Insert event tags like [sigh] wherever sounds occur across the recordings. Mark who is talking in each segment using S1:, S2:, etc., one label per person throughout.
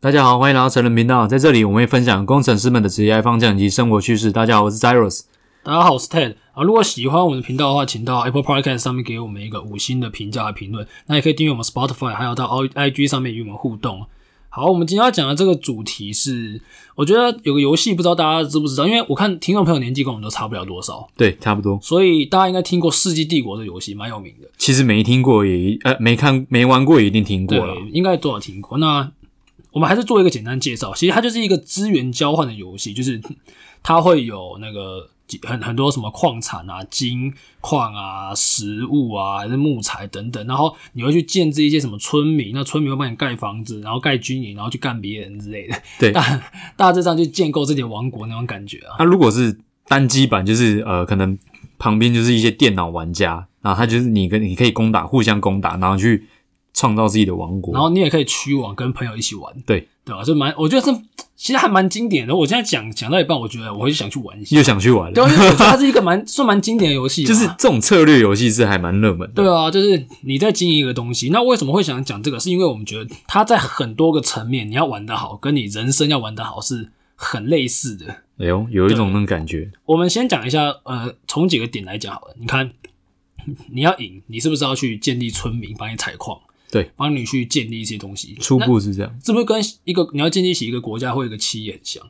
S1: 大家好，欢迎来到成人频道，在这里我们会分享工程师们的职业方向以及生活趋势。大家好，我是 Zeros。
S2: 大家好，我是 Ted 啊。如果喜欢我们的频道的话，请到 Apple Podcast 上面给我们一个五星的评价和评论。那也可以订阅我们 Spotify，还有到 I IG 上面与我们互动。好，我们今天要讲的这个主题是，我觉得有个游戏，不知道大家知不知道？因为我看听众朋友年纪跟我们都差不了多少，
S1: 对，差不多。
S2: 所以大家应该听过《世纪帝国》这游戏，蛮有名的。
S1: 其实没听过也一呃没看没玩过也一定听过
S2: 对
S1: 了。，
S2: 应该多少听过。那我们还是做一个简单介绍，其实它就是一个资源交换的游戏，就是 [laughs] 它会有那个几很很多什么矿产啊、金矿啊、食物啊，还是木材等等，然后你会去建制一些什么村民，那村民会帮你盖房子，然后盖军营，然后去干别人之类的，
S1: 对，那、
S2: 大大致上就建构自己的王国那种感觉啊。
S1: 如果是单机版，就是呃可能旁边就是一些电脑玩家，然后他就是你跟你可以攻打，互相攻打，然后去创造自己的王国。
S2: 然后你也可以驱网，跟朋友一起玩，
S1: 对，
S2: 对吧、啊就蛮，我觉得这其实还蛮经典的。我现在讲讲到一半，我觉得我会想去玩一下
S1: 又。想去玩
S2: 对
S1: 了，
S2: 啊，因为我觉得它是一个蛮算蛮经典的游戏吧，
S1: 就是这种策略游戏是还蛮热门的。
S2: 对啊，就是你在经营一个东西。那为什么会想讲这个？是因为我们觉得它在很多个层面，你要玩得好，跟你人生要玩得好是很类似的。
S1: 哎呦，有一种那种感觉。
S2: 我们先讲一下，呃，从几个点来讲好了。你看，你要赢，你是不是要去建立村民帮你采矿？
S1: 对，
S2: 帮你去建立一些东西。
S1: 初
S2: 那
S1: 步是这样，
S2: 是不是跟一个你要建立起一个国家或一个企业很像？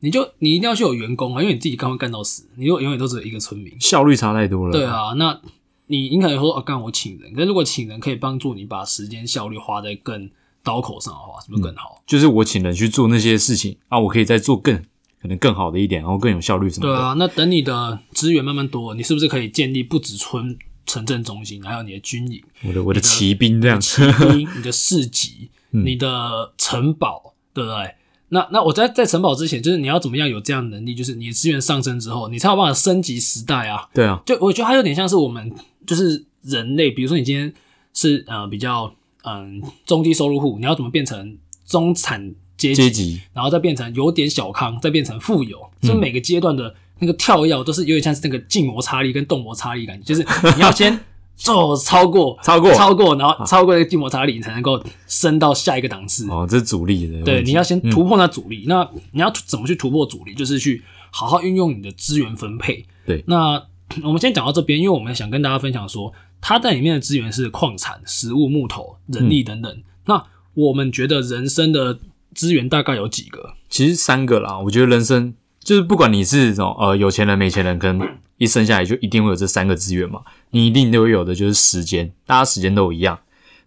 S2: 你就你一定要去有员工啊，因为你自己干会干到死，你就永远都只有一个村民。
S1: 效率差太多了。
S2: 对，啊，那你你可能说啊，干我请人，可是如果请人可以帮助你把时间效率花在更刀口上的话，是不是更好？
S1: 就是我请人去做那些事情啊，我可以再做更可能更好的一点，然后更有效率什么
S2: 对
S1: 的。
S2: 啊，那等你的资源慢慢多，你是不是可以建立不止村城镇中心，还有你的军 [laughs] 营、
S1: 我的我的骑兵这样，
S2: 骑兵、你的市集、你的城堡，对不对？那那我在在城堡之前，就是你要怎么样有这样的能力，就是你的资源上升之后，你才有办法升级时代啊。
S1: 对啊，
S2: 就我觉得它有点像是我们就是人类，比如说你今天是呃比较嗯中低收入户，你要怎么变成中产阶级，
S1: 阶级嗯
S2: 然后再变成有点小康，再变成富有，就是每个阶段的那个跳跃都是有点像是那个静摩擦力跟动摩擦力感觉，就是你要先做超过
S1: 超过
S2: 超过，然后超过那个静摩擦力，你才能够升到下一个档次。
S1: 哦，这是主力的问题。嗯
S2: 对，你要先突破那阻力。那你要怎么去突破阻力？就是去好好运用你的资源分配。
S1: 对
S2: 那我们先讲到这边，因为我们想跟大家分享说，它在里面的资源是矿产、食物、木头、人力等等。
S1: 嗯
S2: 那我们觉得人生的资源大概有几个？
S1: 其实三个啦，我觉得人生就是不管你是这种呃有钱人、没钱人，可能一生下来就一定会有这三个资源嘛，你一定都会有的就是时间，大家时间都一样。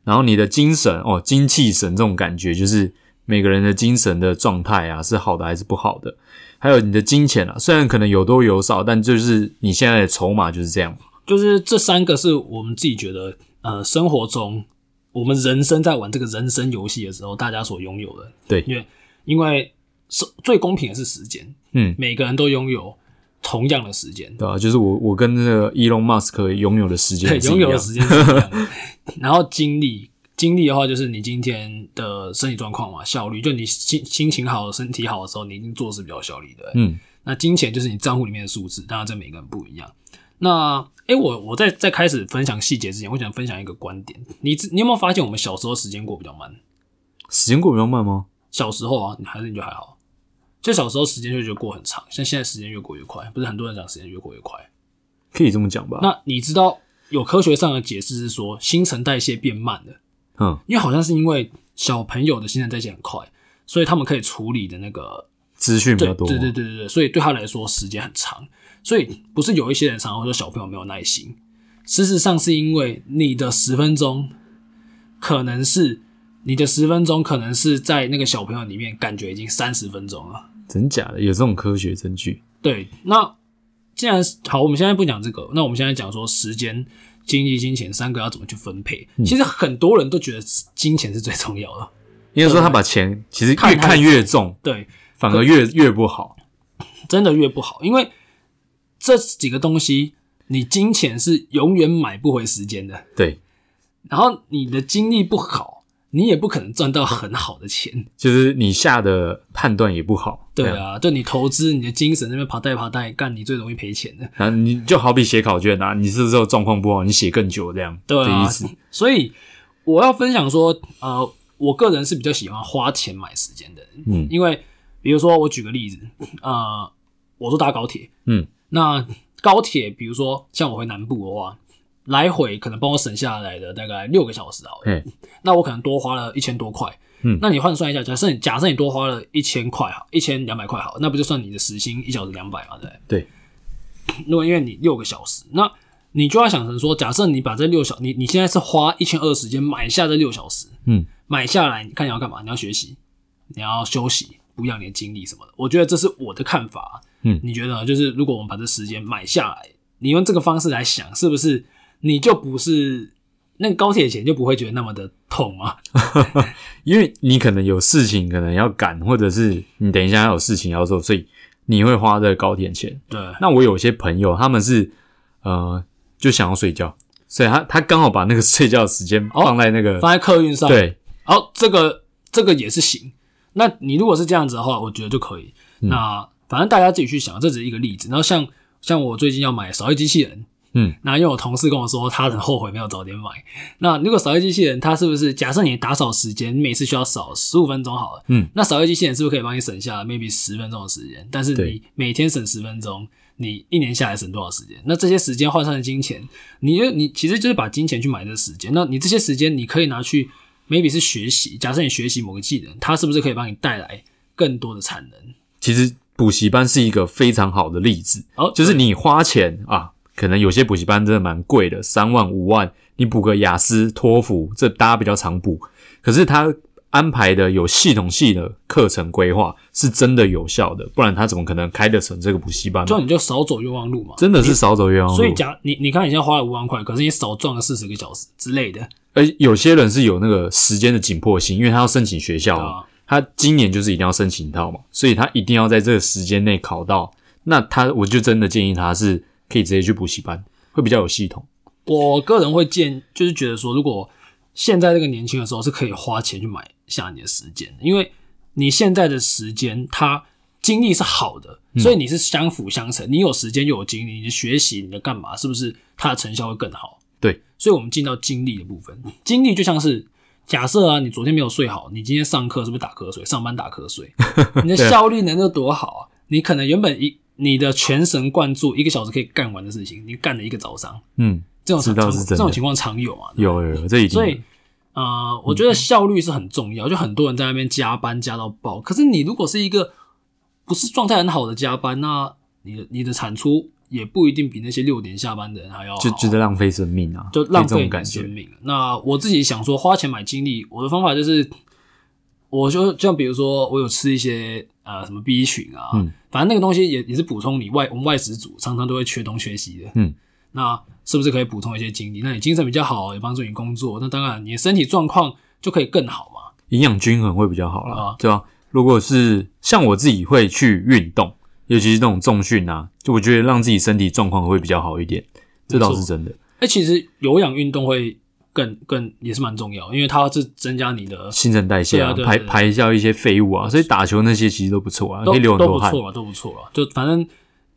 S1: 然后你的精神哦，精气神这种感觉，就是每个人的精神的状态啊，是好的还是不好的。还有你的金钱啊，虽然可能有多有少，但就是你现在的筹码就是这样嘛。
S2: 就是这三个是我们自己觉得，呃，生活中我们人生在玩这个人生游戏的时候，大家所拥有的。
S1: 对
S2: 因为因为是最公平的是时间，
S1: 嗯，
S2: 每个人都拥有同样的时间，
S1: 对啊，就是我我跟那个 Elon Musk 拥有的时间
S2: 对，
S1: 也是一
S2: [laughs] 拥
S1: 样
S2: 有的时间是一样的。然后精力，精力的话就是你今天的身体状况嘛，效率，就你心心情好、身体好的时候，你一定做事比较有效率的。
S1: 嗯，
S2: 那金钱就是你账户里面的数字，当然这每个人不一样。那诶、我我在在开始分享细节之前，我想分享一个观点。你知你有没有发现我们小时候时间过比较慢？
S1: 时间过得比较慢吗？
S2: 小时候啊，你还是你觉得还好？就小时候时间就觉得过很长，像现在时间越过越快，不是很多人讲时间越过越
S1: 啊
S2: 快。
S1: 可以这么讲吧。
S2: 那你知道有科学上的解释是说新陈代谢变慢了，
S1: 嗯，
S2: 因为好像是因为小朋友的新陈代谢很快，所以他们可以处理的那个
S1: 资讯比较
S2: 对
S1: 多。
S2: 对对对对对，所以对他来说时间很长。所以不是有一些人常常会说小朋友没有耐心，事实上是因为你的十分钟可能是你的十分钟可能是在那个小朋友里面感觉已经三十分钟了。
S1: 真假的有这种科学证据？
S2: 对，那既然是好，我们现在不讲这个，那我们现在讲说时间、精力、金钱三个要怎么去分配。
S1: 嗯
S2: 其实很多人都觉得金钱是最重要的，
S1: 应该说他把钱其实越
S2: 看他的
S1: 看越重，
S2: 对，
S1: 反而越越不好。
S2: 真的越不好，因为这几个东西，你金钱是永远买不回时间的，
S1: 对，
S2: 然后你的精力不好，你也不可能赚到很好的钱。
S1: 就是你下的判断也不好。
S2: 对
S1: 这样，
S2: 啊，就你投资你的精神那边爬带爬带，干你最容易赔钱的。
S1: 然后你就好比写考卷啊，你这时候状况不好，你写更久这样
S2: 对
S1: 的
S2: 啊
S1: 意思。，
S2: 所以我要分享说，呃，我个人是比较喜欢花钱买时间的人，
S1: 嗯
S2: 因为比如说我举个例子，呃，我坐搭高铁，
S1: 嗯，
S2: 那高铁比如说像我回南部的话，来回可能帮我省下来的大概六个小时好了，
S1: 嘿，
S2: 那我可能多花了一千多块，
S1: 嗯
S2: 那你换算一下，假设你假设你多花了一千块好，一千两百块好，那不就算你的时薪一小时两百嘛，对不对？
S1: 对，
S2: 如果因为你六个小时，那你就要想成说，假设你把这六小，你你现在是花一千二时间买下这六小时，
S1: 嗯，
S2: 买下来，你看你要干嘛？你要学习，你要休息，补养你的精力什么的。我觉得这是我的看法。啊
S1: 嗯
S2: 你觉得呢？就是如果我们把这时间买下来，你用这个方式来想，是不是你就不是那个高铁钱就不会觉得那么的痛啊？
S1: 因为你可能有事情可能要赶，或者是你等一下要有事情要做，所以你会花这个高铁钱。
S2: 对，
S1: 那我有些朋友他们是呃就想要睡觉，所以他他刚好把那个睡觉的时间
S2: 哦
S1: 放在那个、
S2: 放在客运上，，
S1: 对
S2: 然后这个这个也是行。那你如果是这样子的话，我觉得就可以。
S1: 嗯
S2: 那反正大家自己去想，这只是一个例子。然后像像我最近要买扫地机器人，
S1: 嗯，
S2: 那因为我同事跟我说他很后悔没有早点买。那如果扫地机器人，它是不是假设你打扫时间每次需要扫十五分钟好了，
S1: 嗯，
S2: 那扫地机器人是不是可以帮你省下 maybe 十分钟的时间？但是你
S1: 对
S2: 每天省十分钟，你一年下来省多少时间？那这些时间换算成金钱，你就你其实就是把金钱去买这时间。那你这些时间你可以拿去 maybe 是学习，假设你学习某个技能，它是不是可以帮你带来更多的产能？
S1: 其实补习班是一个非常好的例子，
S2: 哦，
S1: 就是
S2: 对
S1: 你花钱啊，可能有些补习班真的蛮贵的，三万五万，你补个雅思、托福，这大家比较常补。可是他安排的有系统性的课程规划，是真的有效的，不然他怎么可能开得成这个补习班呢？
S2: 就你就少走冤枉路嘛。
S1: 真的是少走冤枉路。
S2: 所以假你你看你现在花了五万块，可是你少赚了四十个小时之类的，
S1: 而有些人是有那个时间的紧迫性，因为他要申请学校
S2: 对
S1: 嘛
S2: 啊，
S1: 他今年就是一定要申请到嘛，所以他一定要在这个时间内考到。那他我就真的建议他是可以直接去补习班，会比较有系统。
S2: 我个人会建，就是觉得说，如果现在这个年轻的时候是可以花钱去买下你的时间的，因为你现在的时间它精力是好的，
S1: 嗯
S2: 所以你是相辅相成，你有时间又有精力，你的学习你的干嘛，是不是它的成效会更好？
S1: 对，
S2: 所以我们进到精力的部分，精力就像是。假设啊，你昨天没有睡好，你今天上课是不是打瞌睡？上班打瞌
S1: [laughs]
S2: 睡，你的
S1: 对啊
S2: 效率能有多好啊？你可能原本一你的全神贯注一个小时可以干完的事情，你干了一个早上，
S1: 嗯，
S2: 这种常
S1: 知道是真的
S2: 这种情况常有啊。对
S1: 有有有，这已经
S2: 所以呃，我觉得效率是很重要，就很多人在那边加班加到爆，可是你如果是一个不是状态很好的加班，那你的你的产出也不一定比那些六点下班的人还要好
S1: 就觉得浪费生命啊，
S2: 就浪费
S1: 这种
S2: 你的
S1: 感
S2: 生
S1: 觉。
S2: 命。那我自己想说，花钱买精力，我的方法就是，我就像比如说，我有吃一些呃什么 B 群啊，
S1: 嗯
S2: 反正那个东西也也是补充你外我们外食组常常都会缺东缺西的，
S1: 嗯，
S2: 那是不是可以补充一些精力？那你精神比较好，也帮助你工作，那当然你的身体状况就可以更好嘛。
S1: 营养均衡会比较好啦，
S2: 啊
S1: 对吧、如果是像我自己会去运动，尤其是那种重训啊，就我觉得让自己身体状况会比较好一点，这倒是真的。
S2: 哎、其实有氧运动会更更也是蛮重要，因为它是增加你的
S1: 新陈代谢啊，
S2: 对啊对啊
S1: 排
S2: 对啊
S1: 排掉一些废物啊，所以打球那些其实都不错啊，
S2: 都
S1: 可以流很
S2: 都
S1: 多
S2: 不
S1: 汗，
S2: 错了，都不错了，就反正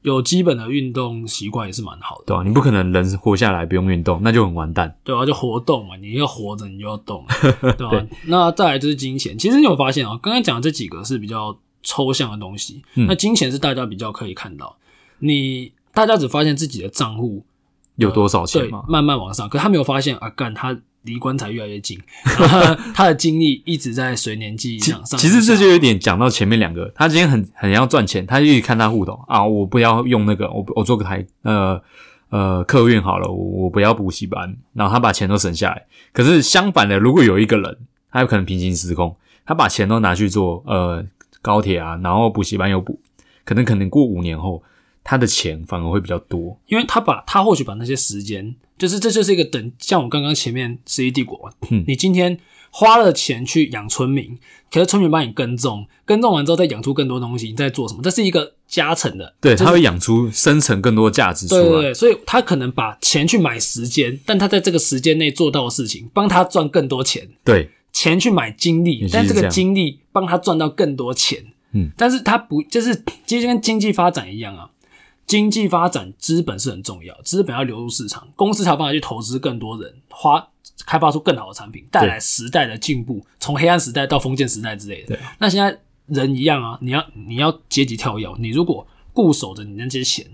S2: 有基本的运动习惯也是蛮好的。
S1: 对吧、你不可能人活下来不用运动，那就很完蛋。
S2: 对啊，就活动嘛，你要活着，你就要动，啊
S1: [laughs]
S2: 对吧、那再来就是金钱。其实你有发现啊、刚刚讲的这几个是比较抽象的东西，
S1: 嗯
S2: 那金钱是大家比较可以看到，你大家只发现自己的账户
S1: 有多少钱
S2: 对
S1: 嘛？
S2: 慢慢往上，可他没有发现啊，干他离棺材越来越近，然后他他的精力一直在随年纪
S1: 其
S2: 上上。
S1: 其实这
S2: 上
S1: 就有点讲到前面两个，他今天很很要赚钱，他就一直看他户头啊，我不要用那个，我我做个台呃呃客运好了，我我不要补习班，然后他把钱都省下来。可是相反的，如果有一个人，他有可能平行时空，他把钱都拿去做呃高铁啊，然后补习班又补，可能可能过五年后，他的钱反而会比较多。
S2: 因为他把他或许把那些时间，就是这就是一个等，像我刚刚前面《十一帝国》
S1: 嗯
S2: 你今天花了钱去养村民，可是村民帮你耕种，耕种完之后再养出更多东西，你在做什么？这是一个加成的，
S1: 对，
S2: 就是
S1: 他会养出生成更多价值出
S2: 对对
S1: 来。
S2: 对，所以他可能把钱去买时间，但他在这个时间内做到的事情，帮他赚更多钱，
S1: 对，
S2: 钱去买精力
S1: 也，是
S2: 但这
S1: 这
S2: 个
S1: 样
S2: 精力帮他赚到更多钱。
S1: 嗯，
S2: 但是他不就是其实跟经济发展一样啊，经济发展资本是很重要，资本要流入市场，公司才有办法去投资更多人，花开发出更好的产品，带来时代的进步，从黑暗时代到封建时代之类的
S1: 对。
S2: 那现在人一样啊，你要你要阶级跳跃，你如果固守着你那些钱，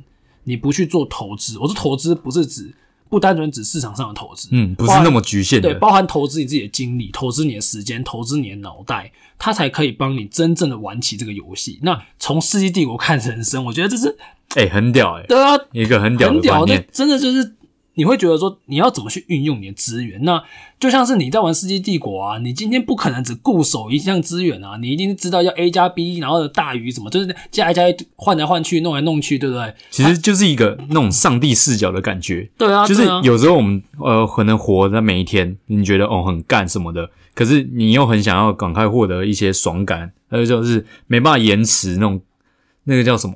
S2: 你不去做投资，我说投资不是指不单纯指市场上的投资，
S1: 嗯，不是
S2: 包含
S1: 那么局限
S2: 对，
S1: 的，
S2: 包含投资你自己的精力、投资你的时间、投资你的脑袋，它才可以帮你真正的玩起这个游戏。那从《世纪帝国》看人生，我觉得这 [laughs] 是
S1: 哎、很屌哎、
S2: 对啊，
S1: 一个很屌
S2: 很
S1: 的观
S2: 屌的
S1: 念，，
S2: 真的就是你会觉得说你要怎么去运用你的资源。那就像是你在玩《世纪帝国》啊，你今天不可能只固守一项资源啊，你一定知道要 A 加 B，然后大于什么，就是加来加去，换来换去，弄来弄去，对不对？
S1: 其实就是一个那种上帝视角的感觉。
S2: 对啊，
S1: 就是
S2: 对啊
S1: 有时候我们呃可能活在每一天，你觉得哦很干什么的，可是你又很想要赶快获得一些爽感，还有就是没办法延迟那种那个叫什么，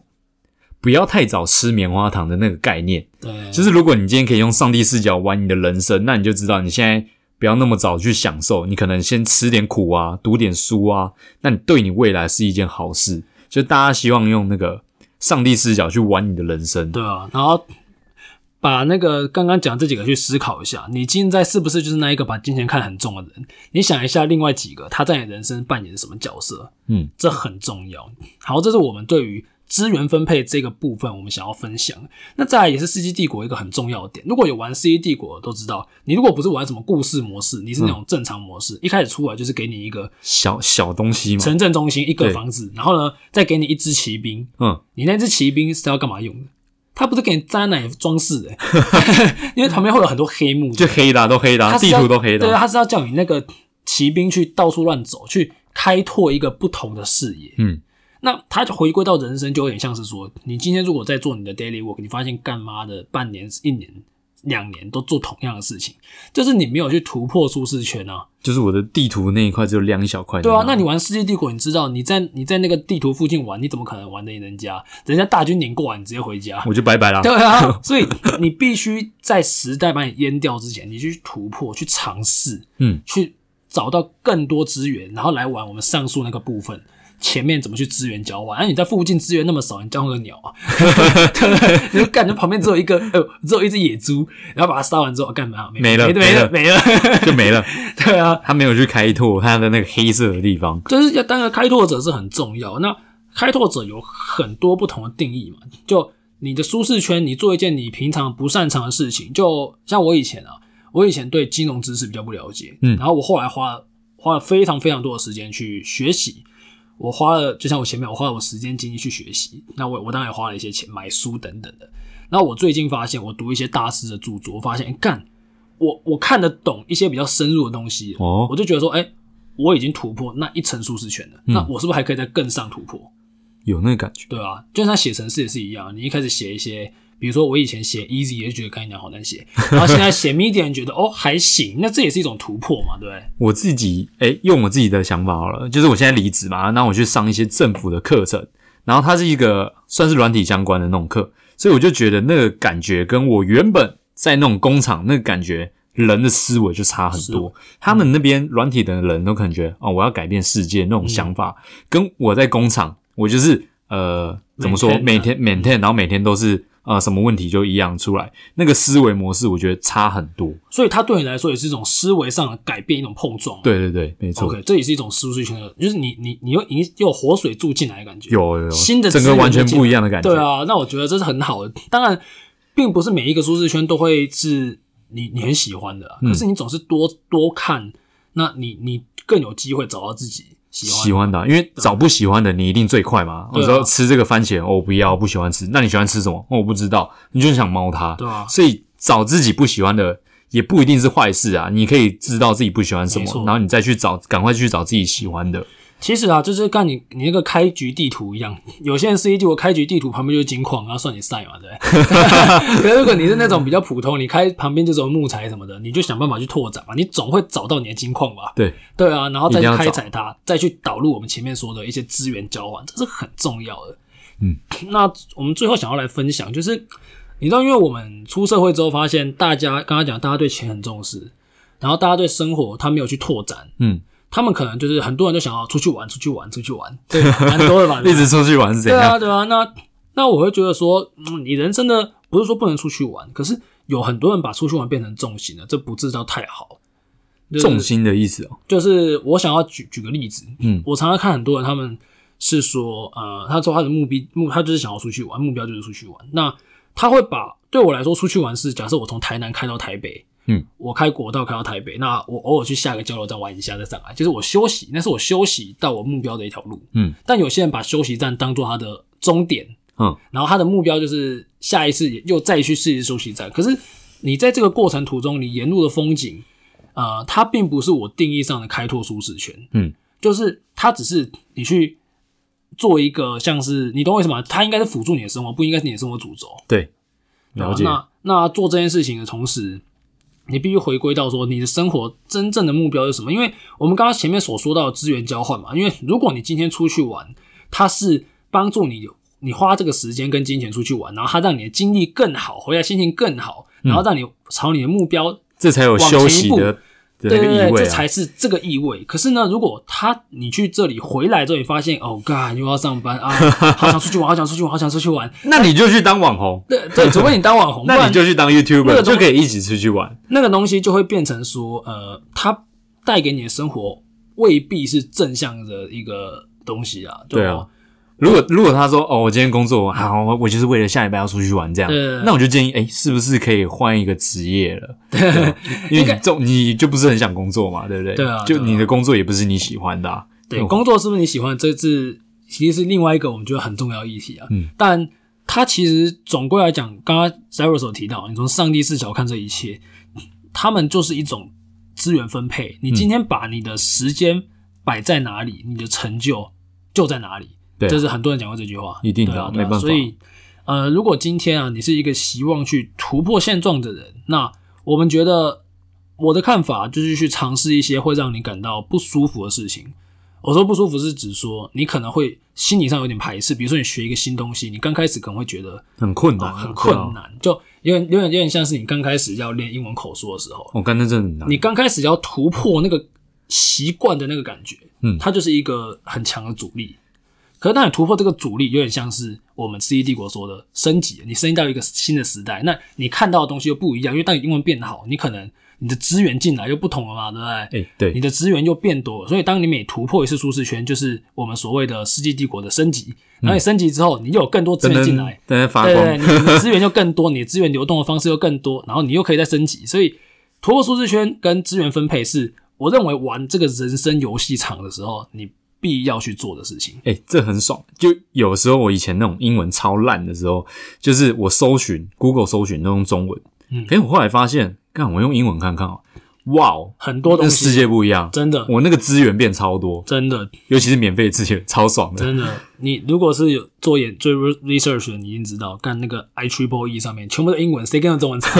S1: 不要太早吃棉花糖的那个概念。
S2: 对，啊
S1: 就是如果你今天可以用上帝视角玩你的人生，那你就知道你现在不要那么早去享受，你可能先吃点苦啊，读点书啊，那你对你未来是一件好事。就大家希望用那个上帝视角去玩你的人生，
S2: 对啊，然后把那个刚刚讲这几个去思考一下，你现在是不是就是那一个把金钱看得很重的人？你想一下，另外几个他在你人生扮演什么角色？
S1: 嗯，
S2: 这很重要。好，这是我们对于资源分配这个部分我们想要分享。那再来也是《世纪帝国》一个很重要的点。如果有玩《世纪帝国》的都知道，你如果不是玩什么故事模式，你是那种正常模式，一开始出来就是给你一个
S1: 小小东西嘛，
S2: 城镇中心一个
S1: 对
S2: 房子，然后呢再给你一支骑兵，
S1: 嗯，
S2: 你那只骑兵是要干嘛用的？他不是给你站在那里装
S1: [laughs]
S2: 饰的、因为旁边会有很多黑幕，
S1: 就黑的啊、都黑的啊、
S2: 他是
S1: 地
S2: 要
S1: 图都黑的
S2: 对，
S1: 啊、
S2: 他是要叫你那个骑兵去到处乱走，去开拓一个不同的视野。
S1: 嗯，
S2: 那他就回归到人生，就有点像是说，你今天如果在做你的 daily work，你发现干妈的半年、一年、两年都做同样的事情，就是你没有去突破舒适圈啊。
S1: 就是我的地图那一块只有两小块。
S2: 对啊，那
S1: 你
S2: 你玩《世界帝国》，你知道你在你在那个地图附近玩，你怎么可能玩得赢人家？人家大军碾过完，你直接回家。
S1: 我就拜拜啦。
S2: 对啊，所以你必须在时代把你淹掉之前，你去突破，去尝试，
S1: 嗯，
S2: 去找到更多资源，然后来玩我们上述那个部分。前面怎么去资源交换？那、你在附近资源那么少，你交换个鸟啊？对不对？你就感觉旁边只有一个，呃，只有一只野猪，然后把它杀完之后干嘛？
S1: 没了
S2: 没没了，没了。
S1: 就没了。
S2: [laughs] 对啊，
S1: 他没有去开拓他的那个黑色的地方。
S2: 就是要当然开拓者是很重要。那开拓者有很多不同的定义嘛，就你的舒适圈，你做一件你平常不擅长的事情，就像我以前啊，我以前对金融知识比较不了解，
S1: 嗯
S2: 然后我后来花了花了非常非常多的时间去学习。我花了，就像我前面，我花了我时间精力去学习。那我我当然也花了一些钱买书等等的。然后我最近发现，我读一些大师的著作，我发现，诶干，我我看得懂一些比较深入的东西了
S1: 哦
S2: 我就觉得说，哎、我已经突破那一层舒适圈了，那我是不是还可以再更上突破？
S1: 有那个感觉，
S2: 对啊，就像写程式也是一样，你一开始写一些，比如说我以前写 easy 也觉得干娘好难写，然后现在写 medium 觉得哦还行，那这也是一种突破嘛，对不对？
S1: 我自己哎、用我自己的想法好了，就是我现在离职嘛，那我去上一些政府的课程，然后它是一个算是软体相关的那种课，所以我就觉得那个感觉跟我原本在那种工厂那个感觉，人的思维就差很多。他们那边软体的人都可能觉得哦，我要改变世界那种想法，跟我在工厂，我就是呃怎么说，
S2: Maintain
S1: 每天 maintain，然后每天都是呃什么问题就一样出来，那个思维模式我觉得差很多。
S2: 所以它对你来说也是一种思维上的改变，一种碰撞。啊
S1: 对对对，没错。
S2: ，OK，这也是一种舒适圈的，就是你你你又你又有活水注进来的感觉，
S1: 有有有
S2: 新的
S1: 整
S2: 资
S1: 个
S2: 源
S1: 完全
S2: 就进
S1: 不一样的感觉。
S2: 对，啊，那我觉得这是很好的。当然，并不是每一个舒适圈都会是你你很喜欢的啦、
S1: 嗯
S2: 可是你总是多多看，那你你更有机会找到自己喜欢的。
S1: 喜欢的啊、因为找不喜欢的你一定最快嘛。
S2: 对
S1: 我
S2: 啊
S1: 说吃这个番茄，哦，我不要，我不喜欢吃。那你喜欢吃什么？哦，我不知道，你就想猫它。
S2: 对啊
S1: 所以找自己不喜欢的也不一定是坏事啊。你可以知道自己不喜欢什
S2: 没
S1: 么，
S2: 错
S1: 然后你再去找，赶快去找自己喜欢的。
S2: 其实啊，就是跟你你那个开局地图一样，有些人是一我开局地图旁边就是金矿，然后啊算你赛嘛，对不对？ [laughs] 可是如果你是那种比较普通，你开旁边就是有木材什么的，你就想办法去拓展嘛，你总会找到你的金矿吧？
S1: 对，
S2: 对啊，然后再
S1: 一
S2: 去
S1: 定要
S2: 开
S1: 找
S2: 采它，再去导入我们前面说的一些资源交换，这是很重要的。
S1: 嗯，
S2: 那我们最后想要来分享，就是你知道，因为我们出社会之后，发现大家刚刚讲，大家对钱很重视，然后大家对生活他没有去拓展，
S1: 嗯，
S2: 他们可能就是很多人都想要出去玩，出去玩，出去玩，对，蛮多的吧？对吧
S1: [laughs] 一直出去玩是怎
S2: 对
S1: 样？
S2: 啊，对啊，那那我会觉得说，嗯，你人生的不是说不能出去玩，可是有很多人把出去玩变成重心了，这不知道太好。就是
S1: 重心的意思哦。
S2: 就是我想要举举个例子，
S1: 嗯
S2: 我常常看很多人，他们是说，呃，他说他的目标目，他就是想要出去玩，目标就是出去玩。那他会把对我来说，出去玩是假设我从台南开到台北，
S1: 嗯，
S2: 我开国道开到台北，那我偶尔去下个交流站玩一下再上来，就是我休息，那是我休息到我目标的一条路。
S1: 嗯，
S2: 但有些人把休息站当做他的终点，
S1: 嗯，
S2: 然后他的目标就是下一次也又再去试一次休息站。可是你在这个过程途中，你沿路的风景，呃，它并不是我定义上的开拓舒适圈，
S1: 嗯，
S2: 就是它只是你去做一个像是你懂我意思吗？它应该是辅助你的生活，不应该是你的生活主轴。
S1: 对，了解。
S2: 啊那那做这件事情的同时，你必须回归到说你的生活真正的目标是什么？因为我们刚刚前面所说到的资源交换嘛，因为如果你今天出去玩，它是帮助你你花这个时间跟金钱出去玩，然后它让你的精力更好，回来心情更好，然
S1: 嗯
S2: 后让你朝你的目标。
S1: 这才有休息的的那
S2: 对
S1: 个
S2: 对
S1: 意
S2: 对，
S1: 味
S2: 这
S1: 啊
S2: 才。是这个意味。可是呢，如果他你去这里回来之后，你发现哦，God，又要上班啊，好想出去玩，好想出去玩，好想出去玩。
S1: 那你就去当网红，
S2: 对对，除非你当网红，不
S1: [laughs] 那
S2: 然
S1: 你就去当
S2: 那个
S1: YouTuber，
S2: 东
S1: 就可以一起出去玩。
S2: 那个东西就会变成说，呃，它带给你的生活未必是正向的一个东西啊。
S1: 对啊，如果如果他说哦，我今天工作好，我我就是为了下礼拜要出去玩这样
S2: 对对对，
S1: 那我就建议哎，是不是可以换一个职业
S2: [laughs]
S1: 了？对啊因为你就你就不是很想工作嘛，对不对？
S2: 对啊
S1: 就
S2: 对啊
S1: 你的工作也不是你喜欢的啊。
S2: 对，
S1: 嗯
S2: 工作是不是你喜欢，这是其实是另外一个我们觉得很重要的议题啊。
S1: 嗯，
S2: 但它其实总归来讲，刚刚 Cyrus 所提到，你从上帝视角看这一切，他们就是一种资源分配。
S1: 嗯
S2: 你今天把你的时间摆在哪里，你的成就就在哪里。
S1: 对啊
S2: 这是很多人讲过这句话，
S1: 一定的
S2: 对啊
S1: 没办法
S2: 对啊所以，呃，如果今天啊，你是一个希望去突破现状的人，那我们觉得我的看法就是去尝试一些会让你感到不舒服的事情。我说不舒服是指说你可能会心理上有点排斥，比如说你学一个新东西，你刚开始可能会觉得
S1: 很困
S2: 啊、
S1: 难，
S2: 很困
S1: 对啊。
S2: 难，就有点有点有点像是你刚开始要练英文口说的时候，
S1: 我刚哦才真的很难
S2: 你。刚开始要突破那个习惯的那个感觉，
S1: 嗯
S2: 它就是一个很强的阻力。可是当你突破这个阻力，有点像是我们《C E 帝国》说的升级，你升级到一个新的时代，那你看到的东西又不一样，因为当你英文变好，你可能你的资源进来又不同了嘛，对不对？
S1: 哎，
S2: 你
S1: 对，
S2: 的资源又变多了，所以当你每突破一次舒适圈，就是我们所谓的世纪帝国的升级。然
S1: 嗯
S2: 后你升级之后，你又有更多资源进来，
S1: 等发
S2: 对对
S1: 光，
S2: 对，你的资源就更多，你的资源流动的方式又更多，然后你又可以再升级，所以突破舒适圈跟资源分配是我认为玩这个人生游戏场的时候，你必要去做的事情。
S1: 哎、这很爽。就有时候我以前那种英文超烂的时候，就是我搜寻 Google 搜寻都用中文，
S2: 嗯
S1: 可是我后来发现，看我用英文看看哦，哇哦，
S2: 很多东
S1: 跟世
S2: 西
S1: 界不一样，
S2: 真的
S1: 我那个资源变超多，
S2: 真的
S1: 尤其是免费资源，超爽的。
S2: 真的，你如果是有做研做 research 的，你一定知道，干那个 i triple e 上面全部都英文，谁跟着中文查？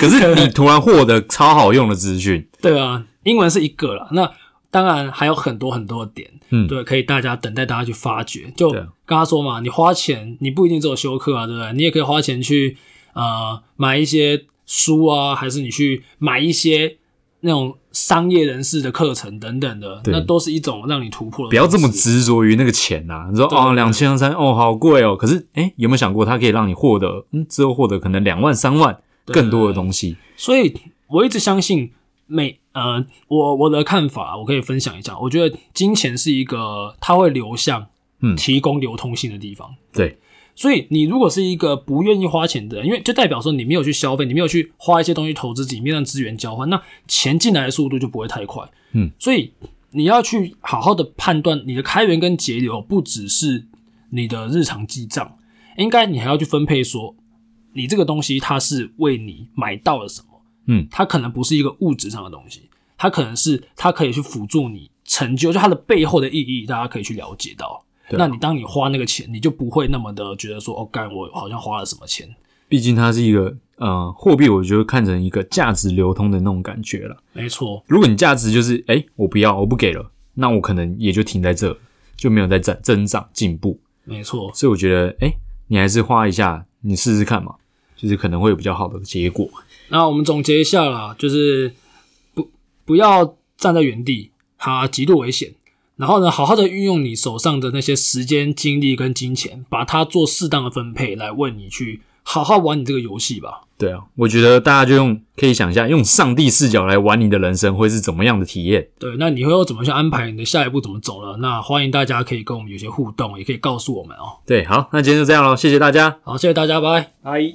S1: 可是你突然获得超好用的资讯，
S2: 对啊，英文是一个啦。那当然还有很多很多的点，
S1: 嗯
S2: 对，可以大家等待大家去发掘。就
S1: 对
S2: 跟
S1: 啊
S2: 他说嘛，你花钱，你不一定只有修课啊，对不对？你也可以花钱去呃买一些书啊，还是你去买一些那种商业人士的课程等等的，
S1: 对
S2: 那都是一种让你突破的。
S1: 不要这么。执着于那个钱呐、你说
S2: 对啊
S1: 哦，两千三哦，好贵哦。可是哎、诶有没有想过它可以让你获得，嗯，之后获得可能两万、三万更多的东西？
S2: 所以我一直相信每呃，我我的看法，我可以分享一下。我觉得金钱是一个它会流向
S1: 嗯
S2: 提供流通性的地方。
S1: 对，
S2: 所以你如果是一个不愿意花钱的人，因为就代表说你没有去消费，你没有去花一些东西投资自己，没有让资源交换，那钱进来的速度就不会太快。
S1: 嗯，
S2: 所以你要去好好的判断你的开源跟节流，不只是你的日常记账，应该你还要去分配说，你这个东西它是为你买到了什么。
S1: 嗯，
S2: 它可能不是一个物质上的东西，它可能是它可以去辅助你成就，就它的背后的意义，大家可以去了解到。
S1: 对啊
S2: 那你当你花那个钱，你就不会那么的觉得说，哦，干我好像花了什么钱。
S1: 毕竟它是一个呃货币，我觉得看成一个价值流通的那种感觉了。
S2: 没错，
S1: 如果你价值就是哎、诶我不要，我不给了，那我可能也就停在这了，就没有再增增长进步。
S2: 没错，
S1: 所以我觉得哎、诶你还是花一下，你试试看嘛，就是可能会有比较好的结果。
S2: 那我们总结一下啦，就是不不要站在原地，它极度危险。然后呢，好好的运用你手上的那些时间、精力跟金钱，把它做适当的分配，来为你去好好玩你这个游戏吧。
S1: 对啊，我觉得大家就用可以想一下，用上帝视角来玩你的人生会是怎么样的体验。
S2: 对，那你会要怎么去安排你的下一步怎么走了？那欢迎大家可以跟我们有些互动，也可以告诉我们哦。
S1: 对，好，那今天就这样喽，谢谢大家，
S2: 好，谢谢大家，拜。
S1: 拜。